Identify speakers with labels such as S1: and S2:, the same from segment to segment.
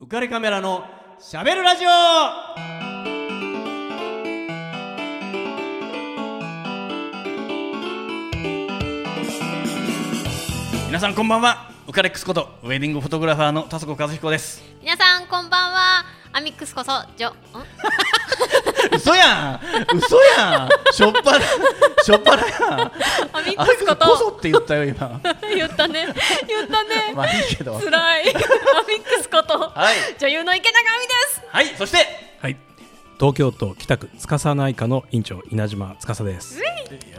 S1: 浮かれカメラのしゃべるラジオ皆さんこんばんはウカレックスことウェディングフォトグラファーの田底和彦です
S2: 皆さんこんばんはアミックスこそジョん
S1: 嘘やん嘘やんしょっぱな しょっぱなやん
S2: アミッ
S1: あ
S2: クスこ
S1: こそ
S2: と
S1: って言ったよ 今
S2: 言ったね言った ね、
S1: まあいいけど
S2: 辛いアミックスこと、
S1: はい
S2: 女優の池永亜美です
S1: はいそして
S3: はい。東京都北区司内科の院長稲島司です。
S1: よ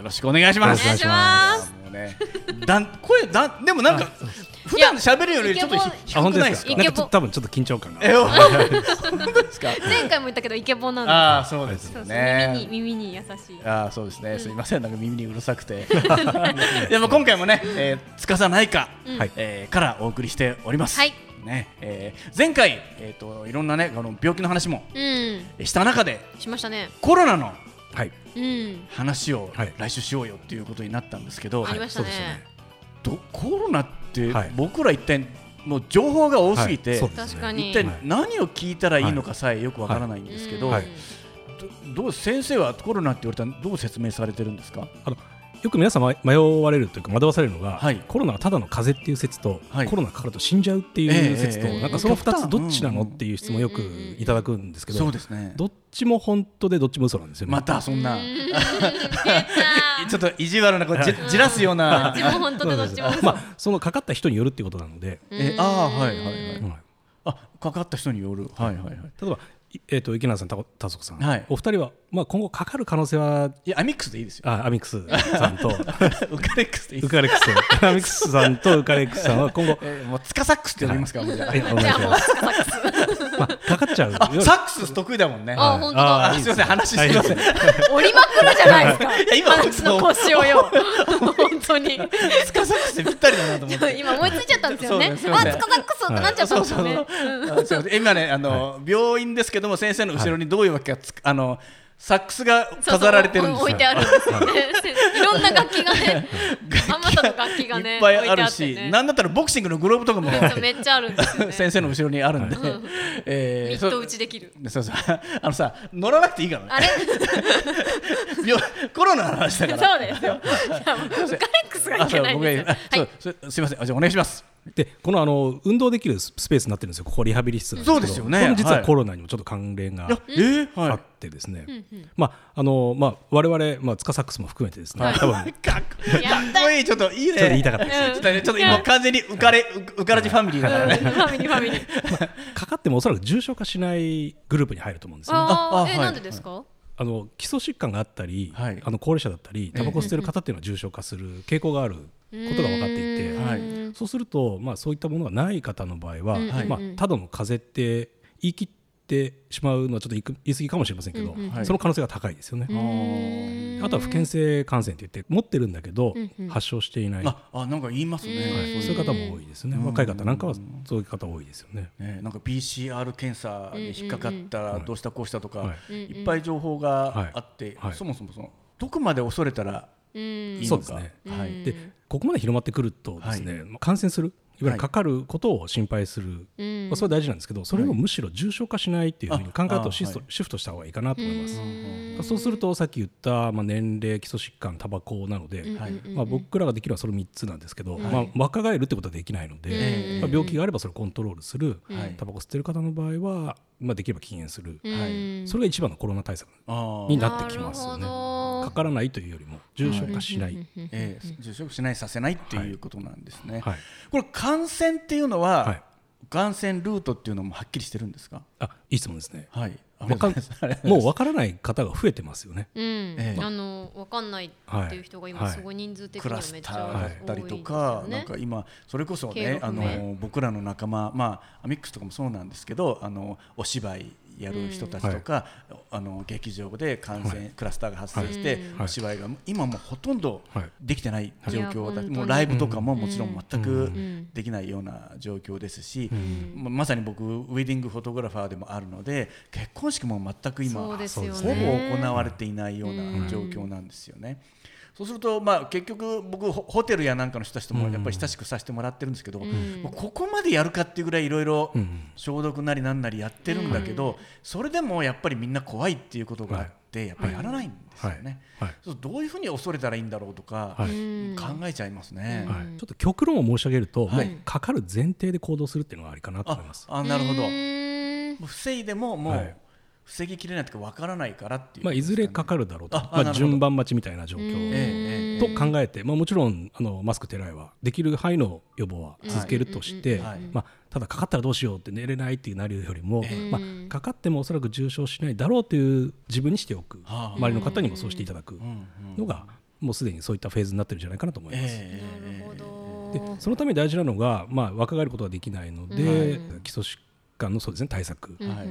S1: ろしくお願いしま
S3: お
S1: す
S3: 願いしま
S1: もうね、 だん声だんでもなんか普段喋るよりちょっと
S2: い
S1: ひ
S2: や
S1: 低くないです
S3: か。
S1: か
S2: イケ
S3: な
S2: ボ
S3: んかちょっと多分ちょっと緊張感が。
S1: え本当ですか
S2: 前回も言ったけどイケボなんで
S1: ああそうです
S2: そ
S1: よ
S2: うそう、
S1: ね
S2: 耳に耳に優しい
S1: ああそうですねすみませんなんか耳にうるさく てでも今回もね、えー、つかさないか、
S3: はい。
S1: えー、からお送りしております
S2: はい
S1: ね、えー、前回えっ、といろんなねあの病気の話も
S2: うん
S1: した中で
S2: しましたね
S1: コロナの
S3: はい。
S2: うん
S1: 話を
S3: はい
S1: 来週しようよっていうことになったんですけど、
S2: ありましたね
S3: そうですよ
S1: ど
S3: ね
S1: コロナって
S3: はい
S1: 僕ら一体もう情報が多すぎて、
S3: はいそうです
S2: 確
S3: ね
S2: かに
S1: 一体
S3: はい
S1: 何を聞いたらいいのかさえよくわからないんですけど、
S3: はい
S1: どどう先生はコロナって言われたらどう説明されてるんですか
S3: あのよく皆さん迷迷われるというか惑わされるのが、
S1: はい
S3: コロナはただの風邪っていう説と、
S1: はい
S3: コロナかかると死んじゃうっていう説と、
S1: ええええ
S3: なんかその
S1: 極
S3: 二
S1: 端
S3: つどっちなの
S1: うん
S3: っていう質問をよくいただくんですけど、
S1: そうですね
S3: どっちも本当でどっちも嘘なんですよね。
S1: またそんな
S2: うん出た
S1: ちょっと意地悪なこうじじらすよう
S2: ど
S1: な
S2: っちも本当でどっちも嘘
S3: まあそのかかった人によるっていうことなので、
S1: えあーはいはいはい
S3: はい
S1: あかかった人によるはいはいはい
S3: 例えば、いえー、と池永さん、たこ田底さん、
S1: はい
S3: お二人は、まあ、今後かかる可能性はい
S1: やアミックスでいい ですよ
S3: あアミックスさんと
S1: ウカレックスでいいで
S3: ウ
S1: すよ
S3: カレックスアミックスさんとウカレックスさんは今後
S1: えーもうつかサックスって呼びますか、もうじゃあ
S3: はいお願い
S2: じゃ
S3: し
S2: あもう
S3: ますまあかかっちゃうよ
S1: あ
S3: り
S1: サックス得意だもんね
S2: あ
S1: はい
S2: 本当
S3: あ
S2: だ
S1: あすいません話してません、
S2: 折りまくるじゃないですか
S1: いや今
S2: 話の腰をよ本当に
S1: つかサックスでぴったりだなと 思って
S2: 今思いついちゃったんですよね。あ、つ
S1: そうな
S2: か
S1: んですよ
S2: ざっくそってなっちゃったんですよね。
S1: あすいません今ねあの、病院ですけども先生の後ろにどういうわけかつ、あのサックスが飾られてるんですよ
S2: そうそう置いてあるんですよね。 いろんな楽器がね、あまたの楽器がね、
S1: いっぱいある
S2: 置
S1: し
S2: いてあってね
S1: なんだったらボクシングのグローブとかも
S2: そうめっちゃあるんです よね。
S1: 先生の後ろにあるんで、 え
S2: ミ
S1: ー
S2: ット打ちできる。
S1: そうそう あのさ乗らなくていいからね
S2: あれ、
S1: 病コロナの話だ
S2: そ
S1: から
S2: うですよ。じゃあもうカレックスが
S1: あそ
S2: いけ
S1: う
S2: ないん
S1: 僕
S2: ですよ。
S1: があ
S2: はい。
S1: そうすすいませんあじゃあお願いします
S3: でこのあの運動できるスペースになってるんですよここリハビリ室なんですけど
S1: そうですよね
S3: これも実
S1: は
S3: はいコロナにもちょっと関連が
S1: いやえー
S3: あ
S1: は
S3: っ
S1: い
S3: てですね、まああのまあ我々まあツカサックスも含めてですね、
S2: はい
S3: 多分ちょっ
S1: かっこ
S2: や
S1: かっこいいちょっといいね
S3: と言いたかったです、
S1: ちょっとねちょっと今完全に浮かれ浮かれじファミリーだからね
S2: ファミリーファミリー。
S3: かかってもおそらく重症化しないグループに入ると思うんですよね
S1: あ
S2: あ
S1: あ
S2: ー、え、
S1: はい
S2: なんでですか。
S3: あの基礎疾患があったり、
S1: はい
S3: あの高齢者だったりタバコ吸ってる方っていうのは重症化する傾向があることが分かっていて、
S2: う
S1: はい
S2: ーん
S3: そうすると、まあ、そういったものがない方の場合は、
S2: うんうんうん
S3: まあ、ただの風邪って言い切ってしまうのはちょっと言いく言い過ぎかもしれませんけど、
S2: うんうん
S1: うん
S3: その可能性が高いですよね。
S1: あー
S3: あとは不健性感染って言って持ってるんだけど、
S2: うんうん
S3: 発症していない、は
S1: ああなんか言いますね、
S2: うん
S3: い、そういう方も多いですね、
S1: うん
S3: 若い方なんかはそういう方多いですよね。
S1: ね、なんか PCR 検査に引っかかったらどうしたこうしたとか、、
S3: はい
S1: っぱい情報があって、
S3: はい
S1: そもそもそのどこまで恐れたら
S2: う
S1: い
S2: ん
S1: い
S3: そ
S1: の
S3: うです
S1: か、
S3: ね
S1: は
S2: うん
S1: い、
S3: でここまで広まってくるとですね、感染するいわゆるかかることを心配する、
S2: うん
S3: まあ、それは大事なんですけどそれをむしろ重症化しないっていうふうに考え
S1: ああ
S3: 方をシフト,、
S1: はい
S3: シフトした方がいいかなと思います。そうするとさっき言った、まあ、年齢基礎疾患タバコなので、
S1: はい
S3: まあ、僕らができるのはその3つなんですけど、まあ、若返るってことはできないので、
S1: ええ
S3: まあ、病気があればそれをコントロールする、
S1: はい
S3: タバコ吸ってる方の場合は、まあ、できれば禁煙する、
S1: はい
S2: うん
S3: それが一番のコロナ対策
S1: あ
S3: に
S1: ー
S3: なってきますよね
S2: なるほど
S3: かからないというよりも重症化しない、
S1: ええ重症化しないさせないっていうことなんですね、
S3: はい、
S1: これ感染っていうのは、
S3: はい
S1: 感染ルートっていうのもはっきりしてるんですか
S3: あいい質問ですね
S1: はいあ
S3: わかん
S1: りがとうございます
S3: もう分からない方が増えてますよね。
S2: うん、
S1: ええ
S2: あのわかんないっていう人が
S3: は
S2: 今
S3: い
S2: すごい人数的
S1: ク
S2: に
S1: ラ
S2: は
S1: ス
S2: めっち
S1: ター
S2: ゃ多
S1: だ
S2: い
S1: ったり
S2: です
S1: と
S2: よ
S1: か、
S2: ね。
S1: なんか今それこそ
S2: 経
S1: ね
S2: 路
S1: あ
S2: 不
S1: の、
S2: 明
S1: 僕らの仲間まあアミックスとかもそうなんですけどあのお芝居やる人たちとか、あの劇場で感染、
S3: はい
S1: クラスターが発生して、
S3: はい
S1: お芝居が今もうほとんど
S3: はい
S1: できてない状況だ、
S2: いや
S1: も
S2: 本当
S1: う
S2: に
S1: ライブとかももちろん全
S3: う
S1: く
S2: ん
S1: できないような状況ですし、ままさに僕ウェディングフォトグラファーでもあるので結婚式も全く今
S2: そうですよね
S1: ほぼ行われていないような状況なんですよね。そうすると、まあ、結局僕ホホテルやなんかの人たちともやっぱり親しくさせてもらってるんですけど、
S2: ん
S1: もうここまでやるかっていうぐらいいろいろ消毒なりなんなりやってるんだけど、それでもやっぱりみんな怖いっていうことがあって、やっぱりやらないんですよね。
S3: はいはい
S1: そうどういうふうに恐れたらいいんだろうとか、
S3: はい
S2: うん
S1: 考えちゃいますね。
S3: はいちょっと極論を申し上げると、
S1: はい
S3: もうかかる前提で行動するっていうのがありかなと思い
S1: あ
S3: ます。
S1: あなるほど
S2: うーん
S1: もう防いでもも
S3: は
S1: う
S3: い
S1: 防ぎきれないとかわからないからっていう、
S3: まあ、いずれかかるだろうと、
S1: ああなる
S3: ま
S1: ほど
S3: あ、順番待ちみたいな状
S1: え
S3: 況
S1: えええ
S3: と考えて、まあ、もちろんあのマスク手洗いはできる範囲の予防は続けるとして、
S1: はい
S3: まあ、ただかかったらどうしようって寝れないってなるよりも、
S1: え
S3: まあ、かかってもおそらく重症しないだろうという自分にしておく、
S1: はあ
S3: 周りの方にもそうしていただ
S1: う
S3: く
S1: んうん
S3: のが、もうすでにそういったフェーズになってるんじゃないかなと思います。
S1: ええ
S2: なるほ
S3: で
S2: ど
S3: そのために大事なのが、まあ、若返ることができないので、基礎疾患のそうです、ね、対策、
S1: ええはい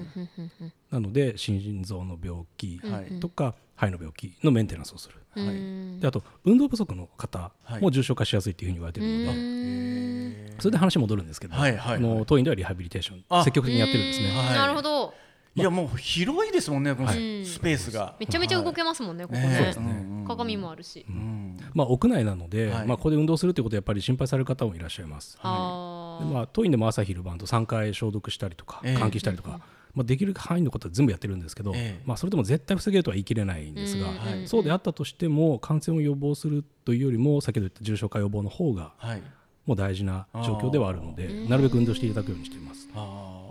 S3: なので心臓の病気
S1: はい
S3: とか、肺の病気のメンテナンスをする、
S1: はい
S2: うん
S3: であと運動不足の方
S1: はい
S3: も重症化しやすいというふうに言われているので、
S1: ええ
S3: それで話戻るんですけど、
S1: はいはいはい
S3: あの当院ではリハビリテーショ
S1: あ
S3: ン積極的にやってるんですね。
S1: はい
S2: なるほど
S1: いやもう広いですもんねこの
S3: は
S2: うん
S1: スペースが。
S2: めちゃめちゃ動けますもんねここ
S1: ねえ
S2: ね
S1: うんうんうん
S2: 鏡もあるし
S1: うん
S3: まあ、屋内なので、
S1: はい
S3: まあ、ここで運動するということはやっぱり心配される方もいらっしゃいます。
S2: あ
S3: でまあ、当院でも朝昼晩と3回消毒したりとか
S1: ええ
S3: 換気したりとか、まあ、できる範囲のことは全部やってるんですけど、
S1: ええ
S3: まあ、それでも絶対防げるとは言い切れないんですが、
S2: うん
S1: はい
S3: そうであったとしても感染を予防するというよりも先ほど言った重症化予防の方が
S1: はい。
S3: もう大事な状況ではあるのでなるべく運動していただくようにしています。
S1: あ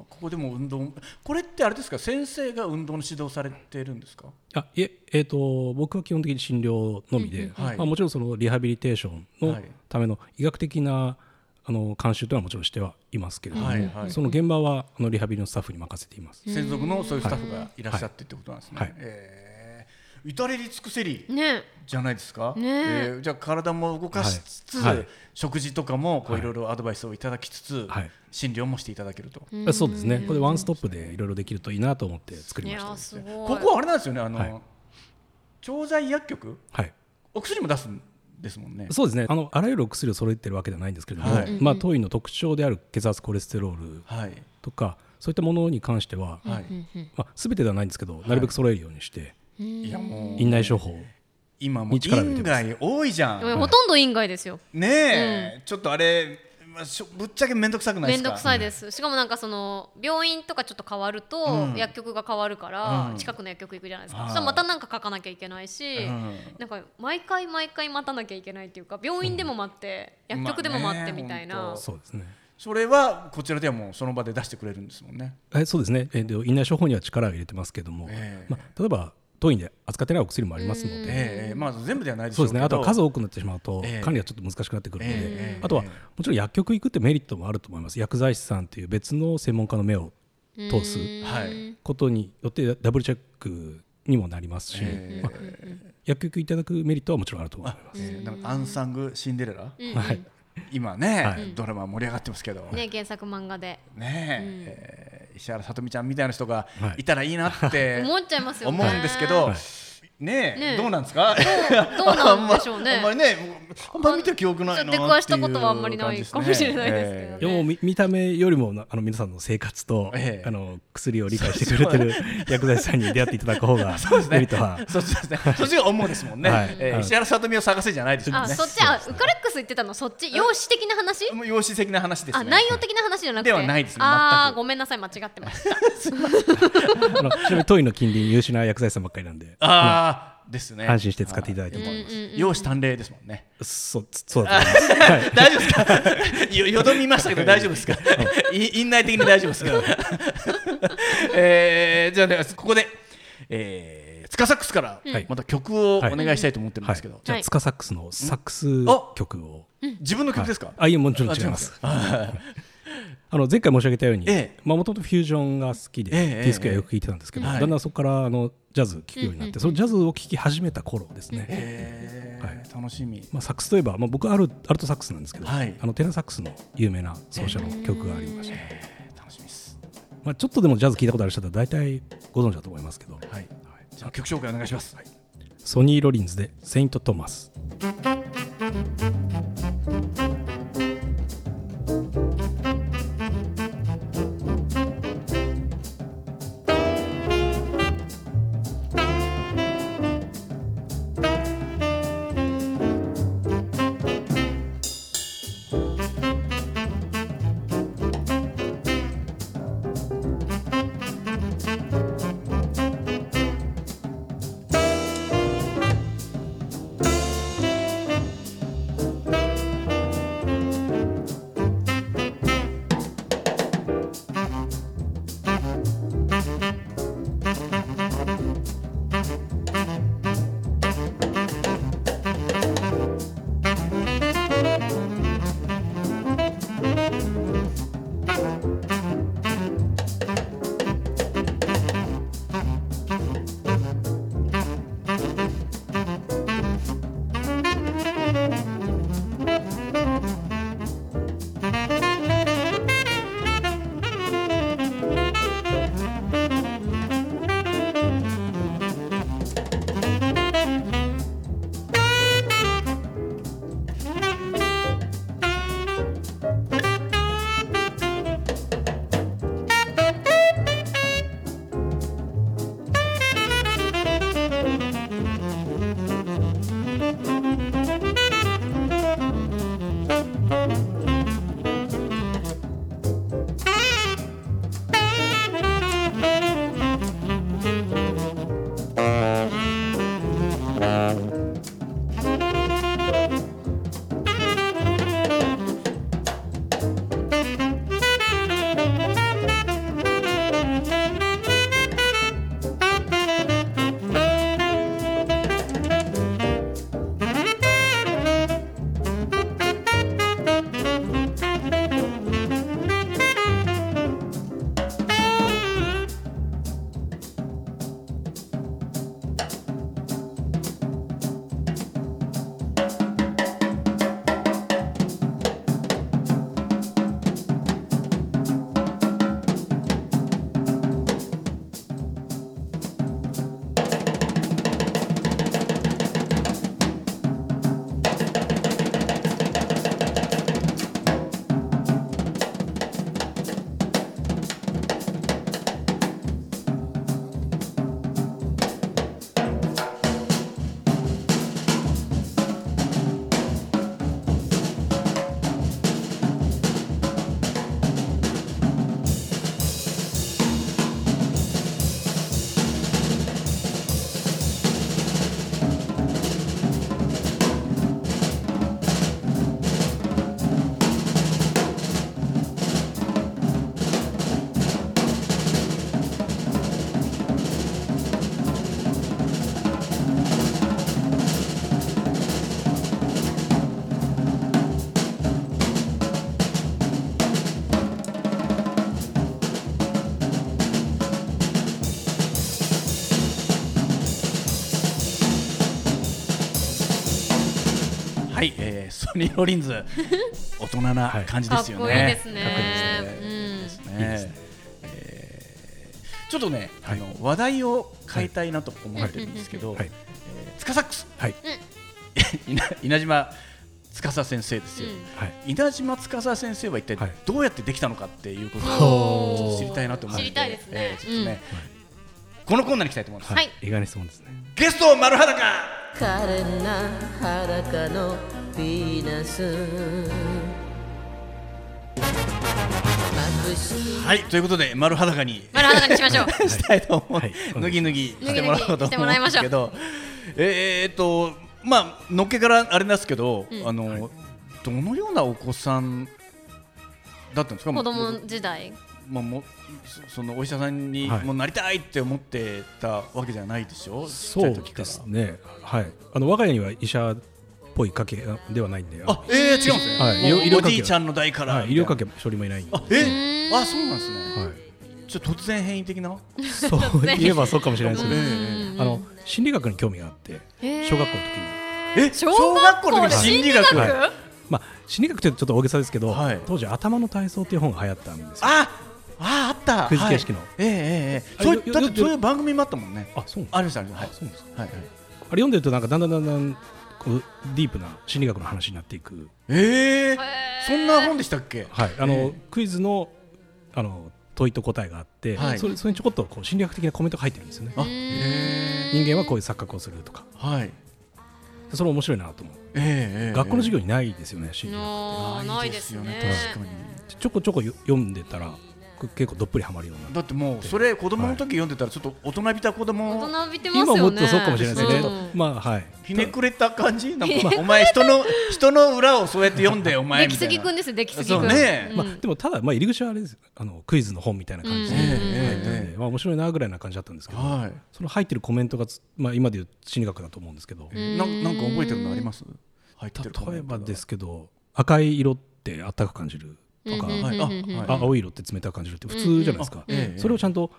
S1: あここでも運動これってあれですか先生が運動の指導されてるんですか。
S3: あいええー、と僕は基本的に診療のみで、
S1: うんはい
S3: まあ、もちろんそのリハビリテーションの
S1: はい
S3: ための医学的なあの監修というのはもちろんしてはいますけれども、
S1: はいはい
S3: その現場はあのリハビリのスタッフに任せています。
S1: 専属のそういうスタッフがいらっしゃってってことなんですね。
S3: はい
S1: ええ至れり尽くせり。
S2: ね
S1: じゃないですか、
S2: ねえ
S1: ーじゃあ体も動かしつつ、
S3: はいはい
S1: 食事とかもこう
S3: はいい
S1: ろいろアドバイスをいただきつつ、
S3: はい
S1: 診療もしていただけると、
S3: そうですね。これワンストップでいろいろできるといいなと思って作
S2: い
S3: りまし
S2: や
S3: た。
S2: ーすごい
S1: ここはあれなんですよねあの、
S3: はい
S1: 調剤薬局
S3: はい。
S1: お薬も出すんですもんね
S3: そうですね。あのあらゆるお薬を揃えてるわけではないんですけれども、
S1: はい
S3: まあ当院の特徴である血圧コレステロール
S1: はい
S3: とかそういったものに関しては、
S1: はい、
S3: まあ全てではないんですけど、なるべく揃えるようにして、
S1: いやもう
S3: 院内処方。
S1: 今もう
S3: に力を入れ
S1: 院
S3: てます
S1: 外多いじゃ
S2: でも
S1: ん
S2: ほとんど院外ですよ
S1: ねえ、ちょっとあれ、まあ、しょぶっちゃけ面倒くさくないで
S2: め
S1: す
S2: ん
S1: か
S2: どくさいですしかもなんかその病院とかちょっと変わると
S1: うん
S2: 薬局が変わるから
S1: うん
S2: 近くの薬局行くじゃないですか
S1: はい
S2: そしたらまたなんか書かなきゃいけないし
S1: うん
S2: なんか毎回毎回待たなきゃいけないっていうか病院でも待って薬局でも待ってみたい
S1: まあね
S2: な
S1: ほんと
S3: そうですね。
S1: それはこちらではもうその場で出してくれるんですもんね
S3: えそうですね。えで院内処方には力を入れてますけれども、
S1: ええ
S3: まあ例えば当院で扱ってないお薬もありますので。
S1: ええええまあ全部ではないでし
S3: そ
S1: ょう
S3: う
S1: け
S3: です
S1: ど
S3: ね、あとは数多くなってしまうと
S1: ええ
S3: 管理はちょっと難しくなってくるので、
S1: ええ
S3: あとは
S1: え
S3: もちろん薬局行くってメリットもあると思います薬剤師さんという別の専門家の目を通す
S1: はい
S3: ことによってダブルチェックにもなりますし、まあ薬局いただくメリットはもちろんあると思いま
S1: えーなんかアンサングシンデレラ、
S3: す。はい
S1: 今ね、
S3: はい
S1: ドラマ盛り上がってますけど、ね
S2: ね原作漫画で
S1: ええー石原さとみちゃんみたいな人が
S3: はい
S1: いたらいいなって、
S2: 思っちゃいますよね
S1: 思うんですけど、
S3: はい
S1: ねえ
S2: ねえ
S1: どうなんですか
S2: どうどうなんでしょうね
S1: あんまりねあんまり見た記憶ないなっていう
S2: 出くわしたことはあんまりないかもしれないですけどね
S3: いやもう見見た目よりもなあの皆さんの生活と、
S1: ええ
S3: あの薬を理解してくれてる薬剤師さんに出会っていただく方がメリットは
S1: えーそうですねそっちが主ですもんね、
S3: はい
S1: えー
S3: はい
S1: 石原さとみを探せじゃないですもん
S2: あ
S1: ね
S2: そっちあウカレックス言ってたのそっち容姿的な話
S1: もう養子的な話ですね
S2: あ内容的な話じゃなくて
S1: ではないですね
S2: あ
S1: 全
S2: ー
S1: く
S2: ごめんなさい間違ってました
S3: あのちなみに当院の近隣優秀な薬剤師さんばっかりな んで
S1: あーですね
S3: 安心して使っていただいてると思います
S1: 容姿端麗ですもんね
S3: そうそうだと思います。はい
S1: 大丈夫ですかよよどみましたけど大丈夫ですかい院内的に大丈夫ですかえーじゃあねここで、えー、つかサックスから
S3: はい
S1: また曲をお願いしたいと思ってるんですけど、
S3: じゃ
S2: は
S3: あ
S2: い
S3: ツカサックスのサックス曲を。
S1: 自分の曲ですか、
S3: あいえもちろん
S1: あ
S3: 違います。
S1: 違うんですか
S3: あの前回申し上げたように、
S1: ええ
S3: まあ元々フュージョンが好きで、
S1: ええええ
S3: T スクエアよく聞いてたんですけど、
S1: はい
S3: だんだんそこからあのジャズ聴くようになって、そのジャズを聴き始めた頃ですね。
S1: えー
S3: はい
S1: 楽しみ
S3: まあサックスといえば、まあ僕アルアルトサックスなんですけど、
S1: はい
S3: あのテナサックスの有名な奏者の曲がありまして、
S1: 楽しみです
S3: まあちょっとでもジャズ聞いたことある人だったら大体ご存知だと思いますけど、
S1: はいじゃあ曲紹介お願いします、
S3: ソニー・ロリンズでセイント・トーマス。
S4: 「
S1: はい、えー、ソニー・ロリンズ大人な感じで
S2: かっ
S1: すよね。
S2: こいいですね
S1: かっこいいですね
S2: うん
S1: ね
S3: いいですね
S1: えーちょっとね、
S3: はい
S1: あの話題を変えたいなと思ってるんですけど、
S3: はい
S1: えー、司サックス
S3: はい
S1: 稲稲島司先生ですよ、
S3: はい
S1: 稲島司先生は一体
S3: はい
S1: どうやってできたのかっていうこと
S3: ほ
S1: を
S3: おー
S1: ちょっと知りたいなと思って
S2: 知りたいですね
S1: えーちょっとねこのコーナーに行きたいと思います、
S2: はい
S3: 映画に質問ですね
S1: ゲスト丸裸
S4: 可憐な裸のヴィーナス眩しい
S1: はいということで丸裸に
S2: 丸裸にし ましょ う
S1: したいと思う、
S3: はい
S1: 脱ぎ脱ぎしてもらおうと
S2: 脱ぎ脱ぎして
S1: 思うん
S2: もらい
S1: で
S2: まし
S1: す
S2: ょう
S1: けどえーっとまあのっけからあれなんですけど、
S2: うん
S1: あの、どのようなお子さんだったんですか
S2: 子供時代
S1: まあ、もそそのお医者さんに
S3: はい
S1: もうなりたいって思ってたわけじゃないでしょ、ちっち
S3: そ
S1: ゃいう時から
S3: ですねはいあの我が家には医者っぽい家系ではないんで
S1: あえー、違うんですね、
S3: はい
S1: もう
S3: 医療医療
S1: お
S3: 関係
S1: じいちゃんの代から、
S3: はい、医療関係処理もいないんで、は
S1: あえー、あそうなんですね、
S3: い、
S1: ちょっと突然変異的な
S3: そう 言えばそうかもしれないですけど、
S1: え
S3: あの心理学に興味があって
S2: へー
S3: 小学校の時に、
S1: え
S2: 小学校
S1: の
S2: で
S1: 時
S2: 心理
S1: 学
S3: はいまあ、心理学ってちょっと大げさですけど、
S1: はい
S3: 当時「頭の体操」っていう本が流行ったんですよ
S1: あああった
S3: くじ形式の
S1: はいええええええ
S3: あ
S1: そう
S3: よ
S1: い
S3: よ
S1: だっ
S3: よ
S1: てそういう番組もあったもんね
S3: あそうなん
S1: ありましたありまし
S3: ですかそうなんですか
S1: たはいはい
S3: あれ読んでるとなんかだんだんだんだんこうディープな心理学の話になっていく、
S1: ええ
S2: ー
S1: そんな本でしたっけ
S3: はい、あ
S1: え
S3: の
S1: え
S3: クイズのあの問いと答えがあって、
S1: はい
S3: それそれにちょこっとこう心理学的なコメントが入ってるんですよね
S1: あ
S3: 人間はこういう錯覚をするとか
S1: はい
S3: それ面白いなと思う、
S1: ええええ
S3: 学校の授
S1: 業
S3: 業にないですよね心理学
S2: のないですね
S1: 確かに
S3: ちょこちょこよ読んでたらこ結構どっぷりはまるようになる
S1: だってもうそれ子供の時読んでたらちょっと大人びた子供
S2: 大人びてます
S3: 今
S2: よね
S3: もっとそうかもしれないですね、
S2: うん
S3: まあはい
S1: ひねくれた感じなん かお前人の人の裏をそうやって読んでお前
S2: 出
S1: み
S2: 来
S1: た
S2: す
S1: い
S2: ぎ
S1: な
S2: くんですよ出来すぎ
S1: そ
S2: く
S1: うんね
S2: うん
S3: まあ、でもただ、まあ、入り口はあれですよあのクイズの本みたいな感じで
S1: ええ
S2: うん
S3: 入ってん
S1: え
S3: で、まあ、面白いなぐらいな感じだったんです
S1: え
S3: けど、
S1: はい
S3: その入ってるコメントがつ、まあ、今でいう心理学だと思うんですけど、
S1: なんなんか覚えてるのあります入ってるコメ
S3: 例え
S1: ント
S3: ば
S1: が
S3: ですけど赤い色ってあったかく感じるとか、
S2: うんうん
S1: はいあはい
S3: あ青い色って冷たく感じるって普通じゃないですか、
S1: うんうんうん
S3: それをちゃんと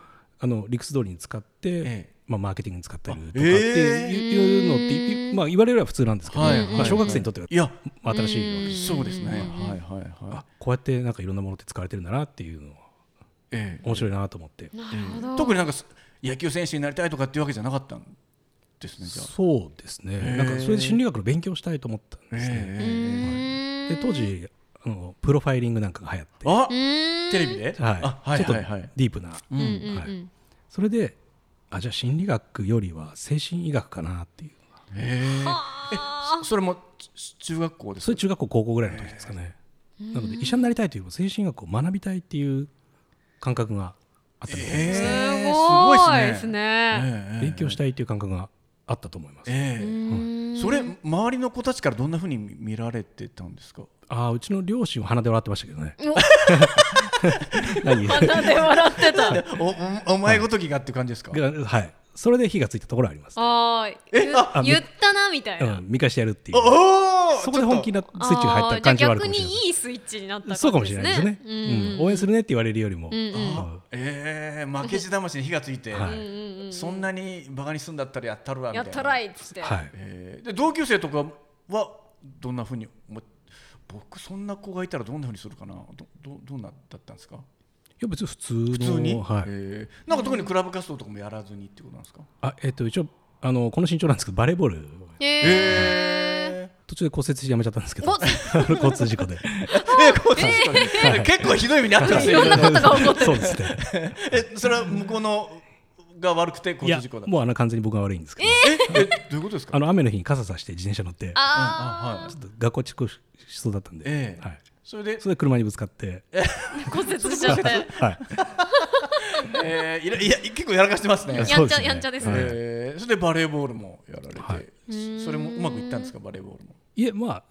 S3: あの理屈通りに使って、
S1: え
S3: まあ、マーケティングに使ったりとかって
S1: あええ
S3: いうのって、まあ、言われれば普通なんですけど、
S1: はいはい
S3: まあ、小学生にとってはい
S1: や
S3: まあ新しいわけです、
S1: そうですねはいはいは
S3: あこうやってなんかいろんなものって使われてるんだなっていうのはい
S1: ええ
S3: 面白いなと思って、
S2: なるほど。
S1: 特になんかす野球選手になりたいとかっていうわけじゃなかったんですねじゃあ
S3: そうですね、なんかそれで心理学の勉強したいと思ったんですね、
S2: う
S1: ええ
S2: ーん
S3: で当時あのプロファイリングなんかが流行って、
S1: あ
S2: うーん
S1: テレビで
S3: はい
S1: あはい
S3: ちょっ
S1: は
S3: と
S1: いはい
S3: ディープな、
S2: うんうん
S3: は
S2: う
S3: い
S2: ん
S3: それであじゃあ心理学よりは精神医学かなっていう
S1: ええ
S2: あ
S1: それもち中学校です
S3: それ中学校高校ぐらいの時ですかね、なので医者になりたいというよりも精神医学を学びたいっていう感覚があったみたいですね、
S1: え
S2: ー
S1: え
S2: すご
S1: すごい
S2: い
S1: っ
S2: ですす
S1: ね
S2: ね。
S1: ええ
S3: 勉強したいという感覚があったと思います、
S1: ええ
S2: うーん
S1: それ周りの子たちからどんなふうに見見られてたんですか
S3: ああうちの両親は鼻で笑ってましたけどね
S2: 鼻
S3: 何
S2: で笑ってた。
S1: おおお前ごときがっていう感じですか
S3: がはいそれで火がついたところはあります、
S2: あー
S1: あ
S2: 言言ったなみたいうな。
S3: ん、見返してやるってい
S1: お
S3: う
S1: おー
S3: そこで本気
S1: ちょっ
S3: なスイッチが入った感じはあるかもしれ
S2: あーじゃあ逆に
S3: な
S2: いいスイッチになった
S3: いそうかもしれないですね、
S2: う
S3: うん
S2: ん
S3: 応援するねって言われるよりも、
S2: うんうん
S3: うん
S1: とええ負けじ魂に火がついて
S3: はい
S2: うんうんうん
S1: そんなにバカにすんだったらやったるわみた
S2: や
S1: い
S2: っ
S1: な
S2: たらいっつって。
S3: はい
S1: えーで同級生とかはどんなふうに思い僕そんな子がいたらどんなふうにするかなどどどんなだったんですか
S3: いや別に普通の
S1: 普通に、
S3: はい
S1: えーなんか特にクラブ活動とかもやらずにってことなんですか、
S3: あえっ、と一応あのこの身長なんですけどバレーボール
S2: えー
S3: 途中で骨折してやめちゃったんですけど
S2: ご
S3: あの交通事故 で
S1: えーこうですか ね結構ひどい目にあってます
S2: い
S1: よ
S2: ろんなことが起こってる。
S3: そうですね
S1: えそれは向こうのが悪くて
S3: い
S1: 交
S3: や
S1: 通事故だった
S3: もうあの完全に僕が悪いんですけ
S1: え
S3: ど、
S1: えどういうことですか
S3: あの雨の日に傘さして自転車乗って
S1: あ
S2: あ
S1: はい
S3: ちょっと学校遅刻しそうだったんで、
S1: ええ
S3: はい、
S1: それで
S3: それで車にぶつかって、
S2: あ骨折しちゃって。
S3: はい、
S1: えーいらいや結構やらかしてますね
S3: いや
S2: や
S3: そうん
S2: ち
S3: です
S2: ゃ
S3: ね
S2: やんちゃですね。
S1: えーそれでバレーボールもやられて、
S3: はい
S1: そそれもうまくいったんですかバレーボールも、
S3: いえまあ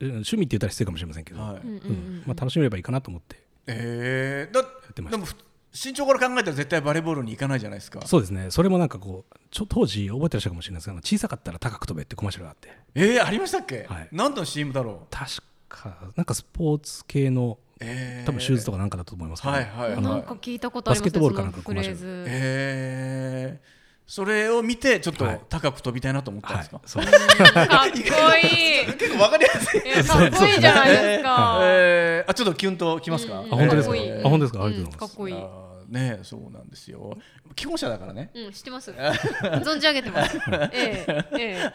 S3: うん趣味って言ったら失礼かもしれませんけど、
S1: はい
S3: うんまあ、楽しめればいいかなと思って
S1: えーだ
S3: てまし
S1: で
S3: た
S1: もふ身長から考えたら絶対バレーボールに行かないじゃないですか
S3: そうですねそれもなんかこうちょ当時覚えてらっしゃるかもしれないですけど小さかったら高く飛べってコマーシャルがあって
S1: えー、ありましたっけ、
S3: はい
S1: 何の CM だろう
S3: 確かなんかスポーツ系の
S1: えー、
S3: 多分シューズとかなんかだと思いますけど、
S1: はいはい
S3: あ
S1: は
S2: ないんか聞いたことあります
S3: バスケットボールかなんか
S2: そのフレーズ。
S1: えーそれを見てちょっと
S3: はい
S1: 高く飛びたいなと思ったん
S3: は
S1: で
S3: い
S1: すか、
S3: そう
S2: かっこいい。
S1: 結構わかりやすい
S2: いやかっこいいじゃないですか。
S1: えー、あちょっとキュンときますか、
S3: あ本当で
S2: かっ
S3: すか
S2: こいい
S3: あ本当ですかありがとうございます
S2: んかっこいい。
S1: あーねそうなんですよ既婚者だからね
S2: うん、知って ます。存じ上げてます。 ええ、ええ、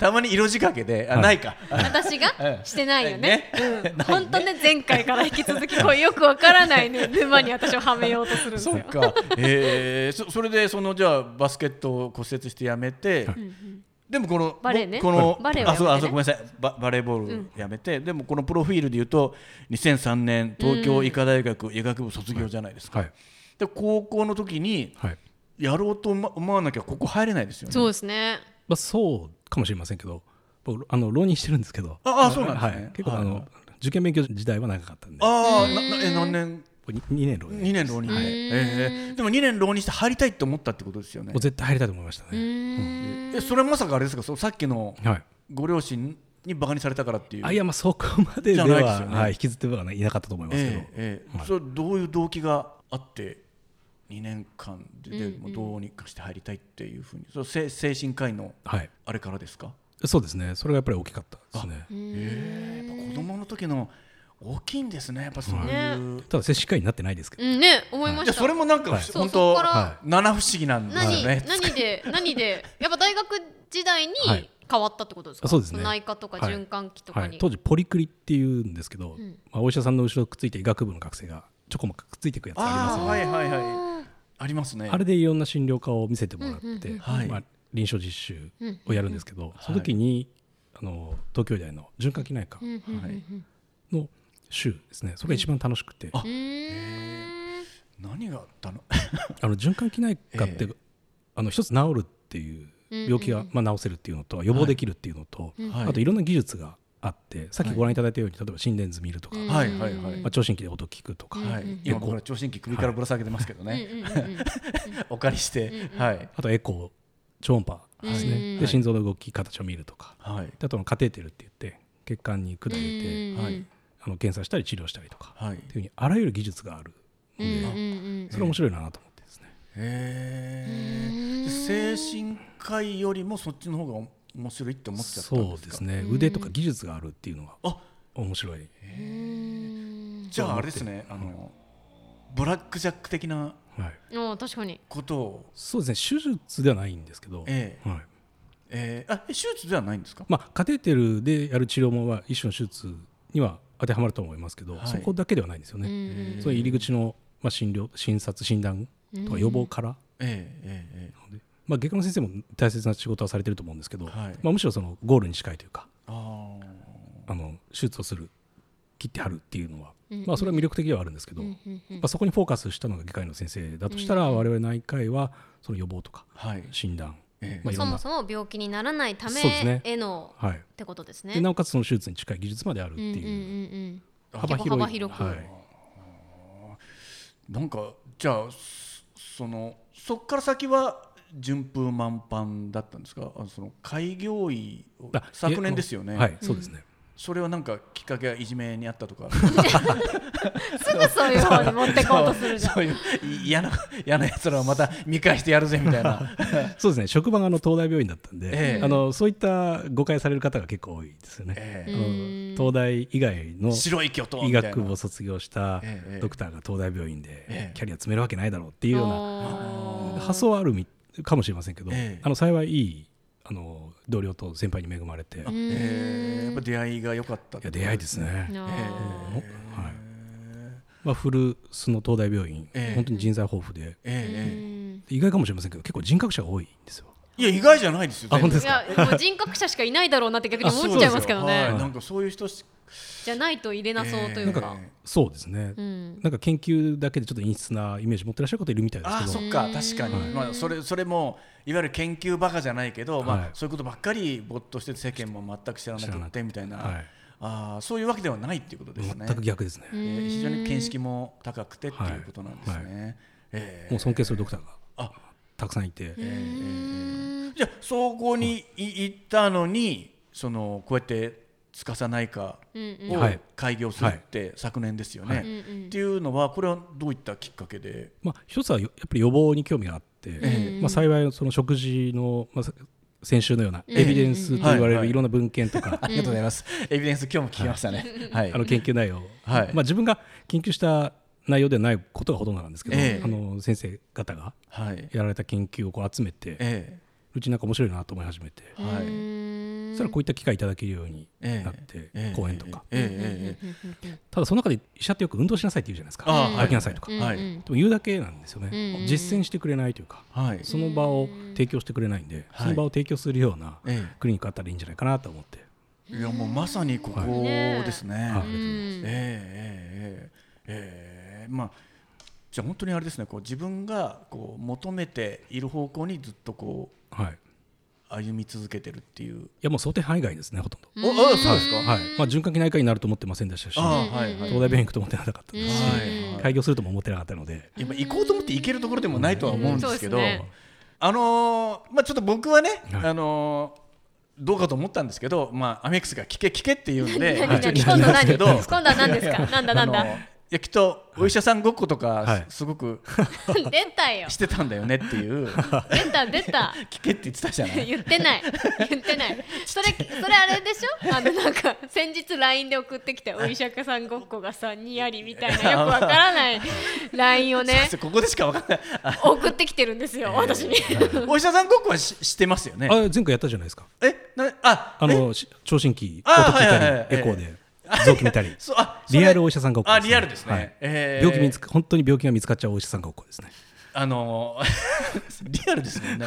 S1: たまに色仕掛けで、あ
S3: はい
S1: ないか。
S2: 私 が
S1: うん
S2: してないよね。うん、本当ね、前回から引き続き、こ うよくわからないね、沼に私をはめようとするんです
S1: そ
S2: よ
S1: う。か。えーそそれでそのじゃあバスケットを骨折してやめて、でもこの
S2: バレーね
S1: ぼこの
S2: バレーを
S1: あそう
S2: や
S1: あ
S2: めて
S1: そうご
S2: ね
S1: めんなさいババレーボールやめて、でもこのプロフィールで言うと2003年東京医科大学医学部卒業じゃないですか。
S3: はい
S1: で高校の時に
S3: はい
S1: やろうと思思わなきゃここ入れないですよね。
S2: そうですね。
S3: まあ、そうかもしれませんけど僕あの浪人してるんですけど
S1: ああそうなんですね
S3: はい、結構
S1: はい
S3: あの、受験勉強時代は長かったんで
S1: ああななえ何年
S3: 僕に2年浪人
S1: 2年浪人で、えーでも2年浪人して入りたいって思ったってことですよね
S3: もう。絶対入りたいと思いました
S2: う
S3: ね、
S2: ーん。
S1: えそれまさかあれですかそうさっきの
S3: はい
S1: ご両親にバカにされたからっていう。
S3: あいやまあそこまでで
S1: じゃな
S3: は、
S1: いですよね
S3: はい、引きずってはいなかったと思いますけ
S1: え
S3: ど、
S1: えええ
S3: はい
S1: それどういう動機があって2年間ででもどうにかして入りたいっていうふうに、それ精精神科医の
S3: はい
S1: あれからですか、
S3: そうですねそれがやっぱり大きかったですね
S1: ええやっぱ子供の時の大きいんですねやっぱそういう、
S3: ただ接種会になってないですけど、
S2: うん、ね、思いま
S1: いや
S2: した。
S1: それもなんか、
S2: そう
S1: 本当
S2: そっから
S3: は
S1: 七不思議なんです
S2: 何、
S1: よね。
S2: 何で、何で、やっぱ大学時代に
S3: はい
S2: 変わったってことですか。
S3: あそうですね
S2: 内科とか
S3: はい
S2: 循環器と
S3: は
S2: か
S3: い
S2: に。、
S3: 当時ポリクリっていうんですけ
S2: ん
S3: ど、まあ、お医者さんの後ろくっついて医学部の学生がちょこまかくっついていくやつあります
S1: あ
S3: よ
S1: あ
S3: ね
S1: はいはいはいありますね。
S3: あれでいろんな診療科を見せてもらって、
S1: はい
S3: まあ、臨床実習をやるんですけど、その時に、あの東京医大の循環器内科
S1: はい、
S3: の週ですねそれが一番楽しくて、
S1: あ
S2: うーん。
S1: 何があったの？
S3: あの循環器内科って、
S1: え
S3: あの一つ治るっていう病気が、まあ、治せるっていうのと予防できるっていうのと、
S1: はい
S3: あといろんな技術があってさっきご覧いただいたように、例えば心電図見るとか、ま
S1: はいはいはい。
S3: あ、聴診器で音聞くとか、
S1: はい、今僕ら聴診器首からぶら下げてますけどね、お借りして、はい、
S3: あとエコー超音波ですね、
S1: い
S3: で心臓の動き形を見るとか、
S1: はい、
S3: であとはカテーテルって言って血管に管入れて、
S1: はい、
S3: あの検査したり治療したりとか
S1: はい
S3: っていうふうにあらゆる技術がある
S2: うんうん
S3: それ面白いなと思ってですね、
S1: へえ精神科医よりもそっちの方が面白いって思っちゃったん
S3: そう
S1: ですか
S3: ですね腕とか技術があるっていうのが
S1: あ
S3: 面白い、
S1: じゃああれですねあのブラックジャック的な
S3: はい、
S2: うんあ確かに
S1: ことを、
S3: そうですね手術ではないんですけど、
S1: ええ
S3: はい
S1: えーあえ手術ではないんですか、
S3: まあ、カテーテルでやる治療もまあ一種の手術には当てはまると思いますけど、
S1: はい
S3: そこだけではないんですよね、
S2: ね
S3: その入り口の、まあ、診療診察診断とか予防から、
S1: ええええええ
S3: まあ、外科の先生も大切な仕事はされてると思うんですけど、
S1: はい
S3: まあ、むしろそのゴールに近いというか
S1: あ
S3: あの手術をする切ってはるっていうのは、まあ、それは魅力的ではあるんですけど、まあ、そこにフォーカスしたのが外科医の先生だとしたら、我々内科医はその予防とか
S1: あはい
S3: 診断、
S1: ええ
S3: まあ、いろ
S2: そ
S3: ん
S2: も
S3: な、
S2: そも病気にならないた
S3: そうです
S2: め
S3: ね
S2: への
S3: はい、
S2: ってことですね
S3: でなおかつその手術に近い技術まであるって
S2: うんうんう
S3: いう、
S2: ん
S3: 幅広い
S2: 結構幅広く
S3: はい
S1: なんかじゃあそそのそっから先は順風満帆だったんですかあのその開業医を
S3: あ
S1: 昨年ですよね、
S3: はい、そうですね。
S1: それはなんかきっかけはいじめにあったとか
S2: すぐそういう方に持ってこうとするじゃん
S1: そういうい嫌な嫌なやつらをまた見返してやるぜみたいな
S3: そうですね。職場があの東大病院だったんで、
S1: ええ
S3: あのそういった誤解される方が結構多いですよね。
S1: え
S3: あの東大以外の
S1: 白い巨頭
S3: 医
S1: みたいな
S3: 学部を卒業した
S1: ええ
S3: ドクターが東大病院
S1: え
S3: で
S1: え
S3: キャリア詰めるわけないだろうっていうような
S2: あー
S3: 発想はあるみかもしれませんけど、
S1: ええ
S3: あの幸いいいあの同僚と先輩に恵まれて、い
S1: えーやっぱ出会いが良かったって
S3: や出会いですね。
S2: な
S1: え
S2: あ
S1: ー
S3: はい。まあ古巣の東大病院、
S1: ええ
S3: 本当に人材豊富で、
S1: えええ
S3: 意外かもしれませんけど、結構人格者が多いんですよ。
S1: えいや意外じゃないですよ
S3: あ本当で
S2: い
S3: すか
S2: やもう人格者しかいないだろうなって逆に
S1: あそう
S2: 思っちゃいますけど
S1: ですよはい
S2: ね
S1: なんかそういう人し
S2: じゃないと入れなそうというか
S1: ええ
S3: そうですね、なんか研究だけでちょっと陰湿なイメージ持ってらっしゃる方いるみたいです
S1: あ
S3: け
S1: ー
S3: ど
S1: そっか確かに、まあ、それそれもいわゆる研究バカじゃないけど、ま
S3: は
S1: あ
S3: い、
S1: そういうことばっかり没頭して世間も全く知らな
S3: 知ら
S1: く
S3: な
S1: てみたいな、
S3: はい
S1: あーそういうわけではないっていうことですね
S3: 全く逆ですね、
S1: えー非常に見識も高くてっていうことなんですね、
S3: はい
S1: えー
S3: もう尊敬するドクターが
S1: あ
S3: たくさんいて、
S1: じゃあ総合にい行ったのにそのこうやってつかさないかを
S3: はい
S1: 開業するって昨年ですよね。っていうのはこれはどういったきっかけで、
S3: まあ、一つはよやっぱり予防に興味があって、まあ、幸いその食事の、まあ、さ先週のようなエビデンスと言わ
S1: はい
S3: れ
S1: は
S3: る
S1: い
S3: いろんな文献とか、
S1: ありがとうございます。エビデンス今日も聞きましたね。はい。
S3: あの研究内
S1: は
S3: 容、
S1: い
S3: まあ、自分が研究した内容ではないことがほとんどなんですけど、
S1: ええ
S3: あの先生方が
S1: はい。
S3: やられた研究をこう集めて、
S1: え
S3: うちなんか面白いなと思い始めて、
S1: えはい。
S3: そしたらこういった機会いただけるように
S1: ええ
S3: なって、
S1: ええ
S3: 講演とか、
S1: えええええ
S3: ただその中で医者ってよく運動しなさいって言うじゃないですか
S1: ああはい
S3: 歩きなさいとか、
S1: えはい。
S3: でも言うだけなんですよね、実践してくれないというか
S1: はい。
S3: その場を提供してくれないんで、
S1: はい
S3: その場を提供するような
S1: ええ
S3: クリニックあったらいいんじゃないかなと思って、
S1: いやもうまさにここですね。
S3: は
S1: えええ
S3: いね
S1: えええええまあじゃあ本当にあれですねこう自分がこう求めている方向にずっとこう
S3: はい、い
S1: 歩み続けてるっていう。
S3: やもう想定範囲外ですねほとんど、
S1: おあそうですか。
S3: はいまあ、循環器内科医になると思ってませんでしたし
S1: あ
S3: 東
S1: はいはい。
S3: 大病院行くと思ってなかったですし、
S1: はいはい
S3: 開業するとも思ってなかったので、
S1: やっぱ行こうと思って行けるところでもないとは思うんですけど、
S2: うんそうですね
S1: あのーまあちょっと僕はね、
S3: はい
S1: あのーどうかと思ったんですけど、まあアメックスが聞け聞けって言うんで、
S2: 何
S1: 一応
S2: 何
S1: 聞い
S2: 今
S1: た
S2: 度
S1: んですけど、
S2: 何今度は何ですかなんだなん
S1: あのー
S2: だ
S1: いやきっとお医者さんごっこと
S3: は
S1: か
S3: い
S1: すごく
S2: 出た よ
S1: してたんだよねっていう、聞
S2: 出た出た
S1: けって言ってたじゃない。
S2: 言ってない言ってないそれそれあれでしょあのなんか先日 LINE で送ってきたお医者さんごっこがさにやりみたいなよくわからない LINE をね
S1: そうここでしかわかんない。あ
S2: 送ってきてるんですよ私に
S1: お医者さんごっこはししてますよね。
S3: あ前回やったじゃないですか
S1: え、なあ、
S3: あのし聴診器
S1: あ
S3: 音聞い
S1: はいはいはい
S3: たりエコーで臓器見たり
S1: そうあ、それ
S3: リアルお医者さんが
S1: あ、リアルですね。
S3: はい
S1: えー
S3: 病気見つか本当に病気が見つかっちゃうお医者さんがおっこです ね。
S1: あの ーリアルですもんね。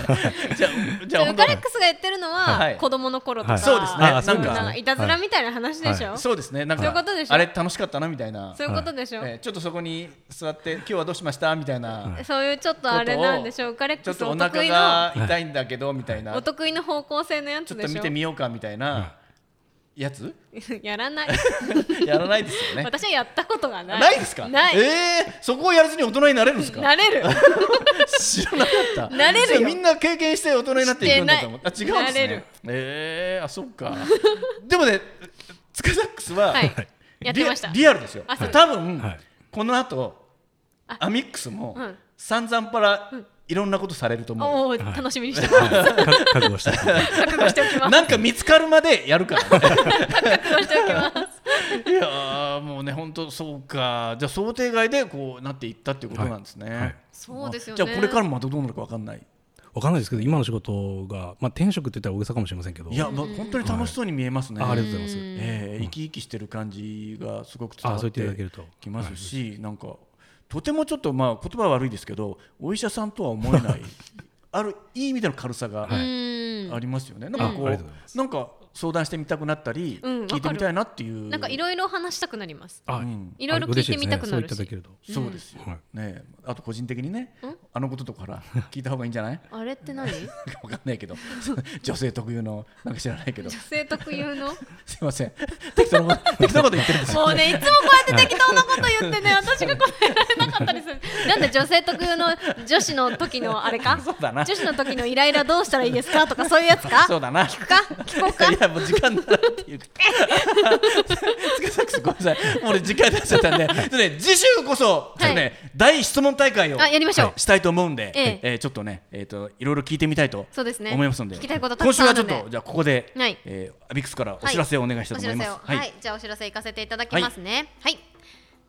S1: じゃあ、じゃあ、
S2: ウ
S1: 本
S2: カ
S1: 当
S2: レックスがやってるの
S1: は
S2: はい子供の頃と
S3: は
S2: か
S3: い
S1: そうですね
S3: あそう
S1: なんか
S2: なんかいたずらみたいな話でしょ
S3: は
S2: そ
S1: そうですね。なんか、
S2: そういうことでしょ
S1: あれ楽しかったなみたいな。
S2: ういうことでしょ
S1: えーちょっとそこに座って、今日はどうしましたみたいな。
S2: そういうちょっとあれなんでしょウカレッ
S1: ちょ
S2: ク
S1: っ
S2: ス
S1: と
S2: お
S1: お
S2: 得
S1: 腹
S2: 意の
S1: が痛いんだけどみたいな。
S2: お
S1: ちょ
S2: 得意の方向性のやつ
S1: っ
S2: で
S1: と
S2: し
S1: 見
S2: ょ
S1: てみようかみたいな。やつ。
S2: やらない
S1: やらないですよね。
S2: 私はやったことがない
S1: ないですか。
S2: ない
S1: ええそこをやらずに大人になれるんですか。
S2: なれる
S1: 知らなかった。
S2: なれるよ
S1: そみんな経験して大人になっていくんだと思う。あ、違うんです
S2: してないな
S1: ね
S2: れる。
S1: ええあ、そっか。でもね、ツカサックスは、
S2: はいやってました
S1: リアリアルですよ、
S2: あそう
S1: 多分、
S3: はい
S1: この後アミックスも、
S2: うん
S1: 散々パラいろんなことされると思うよ、
S2: おお
S3: はい
S2: 楽しみにしてます
S3: か覚悟して
S2: 覚悟しておきます
S1: なんか見つかるまでやるからね
S2: 覚悟しておきます
S1: いやーもうね本当そうかじゃあ想定外でこうなっていったっていうことなんですね、
S3: はいはい
S2: そうですよ
S1: じ
S2: ね
S1: ゃあこれからもまたどうなるかわかんない
S3: わかんないですけど今の仕事が、まあ、転職って言ったら大げさかもしれませんけど
S1: いや、まあ本当に楽しそうに見えますね、
S3: あありがとうございます
S1: ええ生き生きしてる感じがすごく伝わ
S3: あそう
S1: っ
S3: 言っていただけ
S1: て
S3: ると
S1: きますし、なんかとてもちょっとまあ言葉は悪いですけどお医者さんとは思え ないあるいい意味での軽さが
S2: う
S1: あ
S2: ーん
S1: りますよね、なんかこ
S3: あありがとうございま
S1: うなんか相談してみたくなったり、
S2: うん
S1: 聞いてみたいなっていう
S2: なんかいろいろ話したくなります
S3: あ
S1: うん
S2: いろいろ聞いてみたくなるし
S3: あ嬉いですねそ
S1: そ
S3: う言っていただけると
S1: うですよ、
S3: は
S1: ねえあと個人的にねあのこととかから 聞いた方がいいんじゃない
S2: あれって何女
S1: わかんないけど 女性特有のなんか知らないけどす
S2: 性特有の
S1: いません 適当なこと適当なこと言ってるんですよ
S2: もうねいつもこうやって適当なこと言ってね私が答えられなかったりするなんで女性特有の女子の時のあれか
S1: そうだな
S2: 女子の時のイライラどうしたらいいですかとかそういうやつか
S1: そうだな
S2: 聞くか聞こうか
S1: いやもう時間だなっていうか。つかさくすごめんなさい。もう俺時間出しちゃったんで、ちょっとね次週こそちょっとね、
S2: はい
S1: 大質問大会を
S2: あやりましょう
S1: はいしたいと思うんで、
S2: ええ
S1: ーちょっとねえっ、といろいろ聞いてみたいと
S2: そうですね
S1: 思いますので、
S2: 聞きたいことたくさんあるんで
S1: 今週はちょっとじゃあここで、
S2: はい
S1: えーアビックスからお知らせをお願いしたいと思います。
S2: お知らせをはい、じゃあお知らせ行かせていただきますね。はい。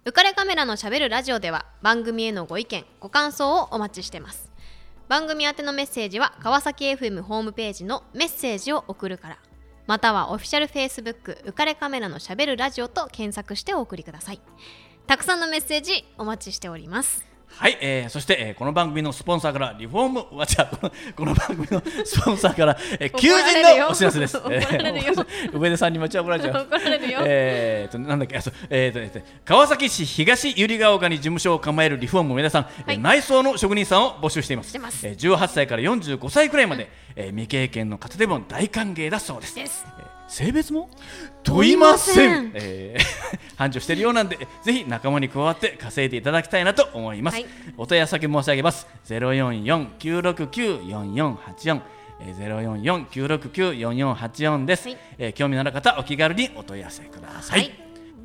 S2: 浮かれカメラのしゃべるラジオでは番組へのご意見、ご感想をお待ちしてます。番組宛てのメッセージは川崎 FM ホームページのメッセージを送るから、またはオフィシャル Facebook 浮かれカメラのしゃべるラジオと検索してお送りください。たくさんのメッセージお待ちしております。
S1: はい、えーそして、えーこの番組のスポンサーからリフォームはじゃあこのこの番組のスポンサーから、 えー求
S2: 怒られる
S1: 人
S2: よ
S1: のお知らせです。
S2: 怒られるよ
S1: え ー上田さんに待ち怒られちゃう。
S2: 怒られるよ
S1: えーとなんだっけあそうえーとえーと川崎市東百合ヶ丘に事務所を構えるリフォーム上田さん、えー
S2: はい
S1: 内装の職人さんを募集しています。
S2: してます
S1: えー18歳から45歳くらいまで、えー未経験の方でも大歓迎だそうです。
S2: です
S1: えー性別も問いませ
S2: 問
S1: ん
S2: いません
S1: えー 繁盛しているようなんでぜひ仲間に加わって稼いでいただきたいなと思います、
S2: はい
S1: お問い合わせ申し上げます044-969-4484えー044-969-4484です、
S2: はい
S1: えー興味のある方お気軽にお問い合わせください、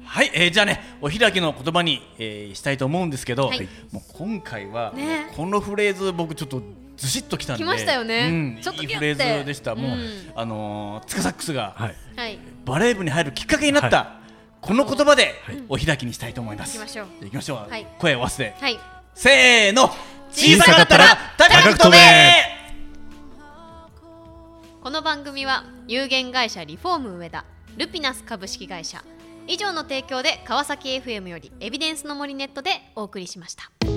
S2: は
S1: はいいえーじゃあねお開きの言葉に、えーしたいと思うんですけど、
S2: はい
S1: もう今回は、
S2: ね
S1: このフレーズ僕ちょっとずしっときたんで
S2: 来ましたよね
S1: うん、
S2: ちょっと
S1: いい
S2: ギュッ
S1: フ
S2: て
S1: レーズでしたもう、
S2: うん
S1: あのー、つかサックスが、
S3: はい
S2: はい。
S1: バレー部に入るきっかけになった、
S3: は
S1: この言葉でお開きにしたいと思います。
S2: 行きましょう
S1: 行きましょう。
S2: はい
S1: 声を合わせて、
S2: はい。
S1: せーの。
S2: 小さかったら
S1: 高く飛べ。
S2: この番組は有限会社リフォーム上田ルピナス株式会社以上の提供で川崎 FM よりエビデンスの森ネットでお送りしました。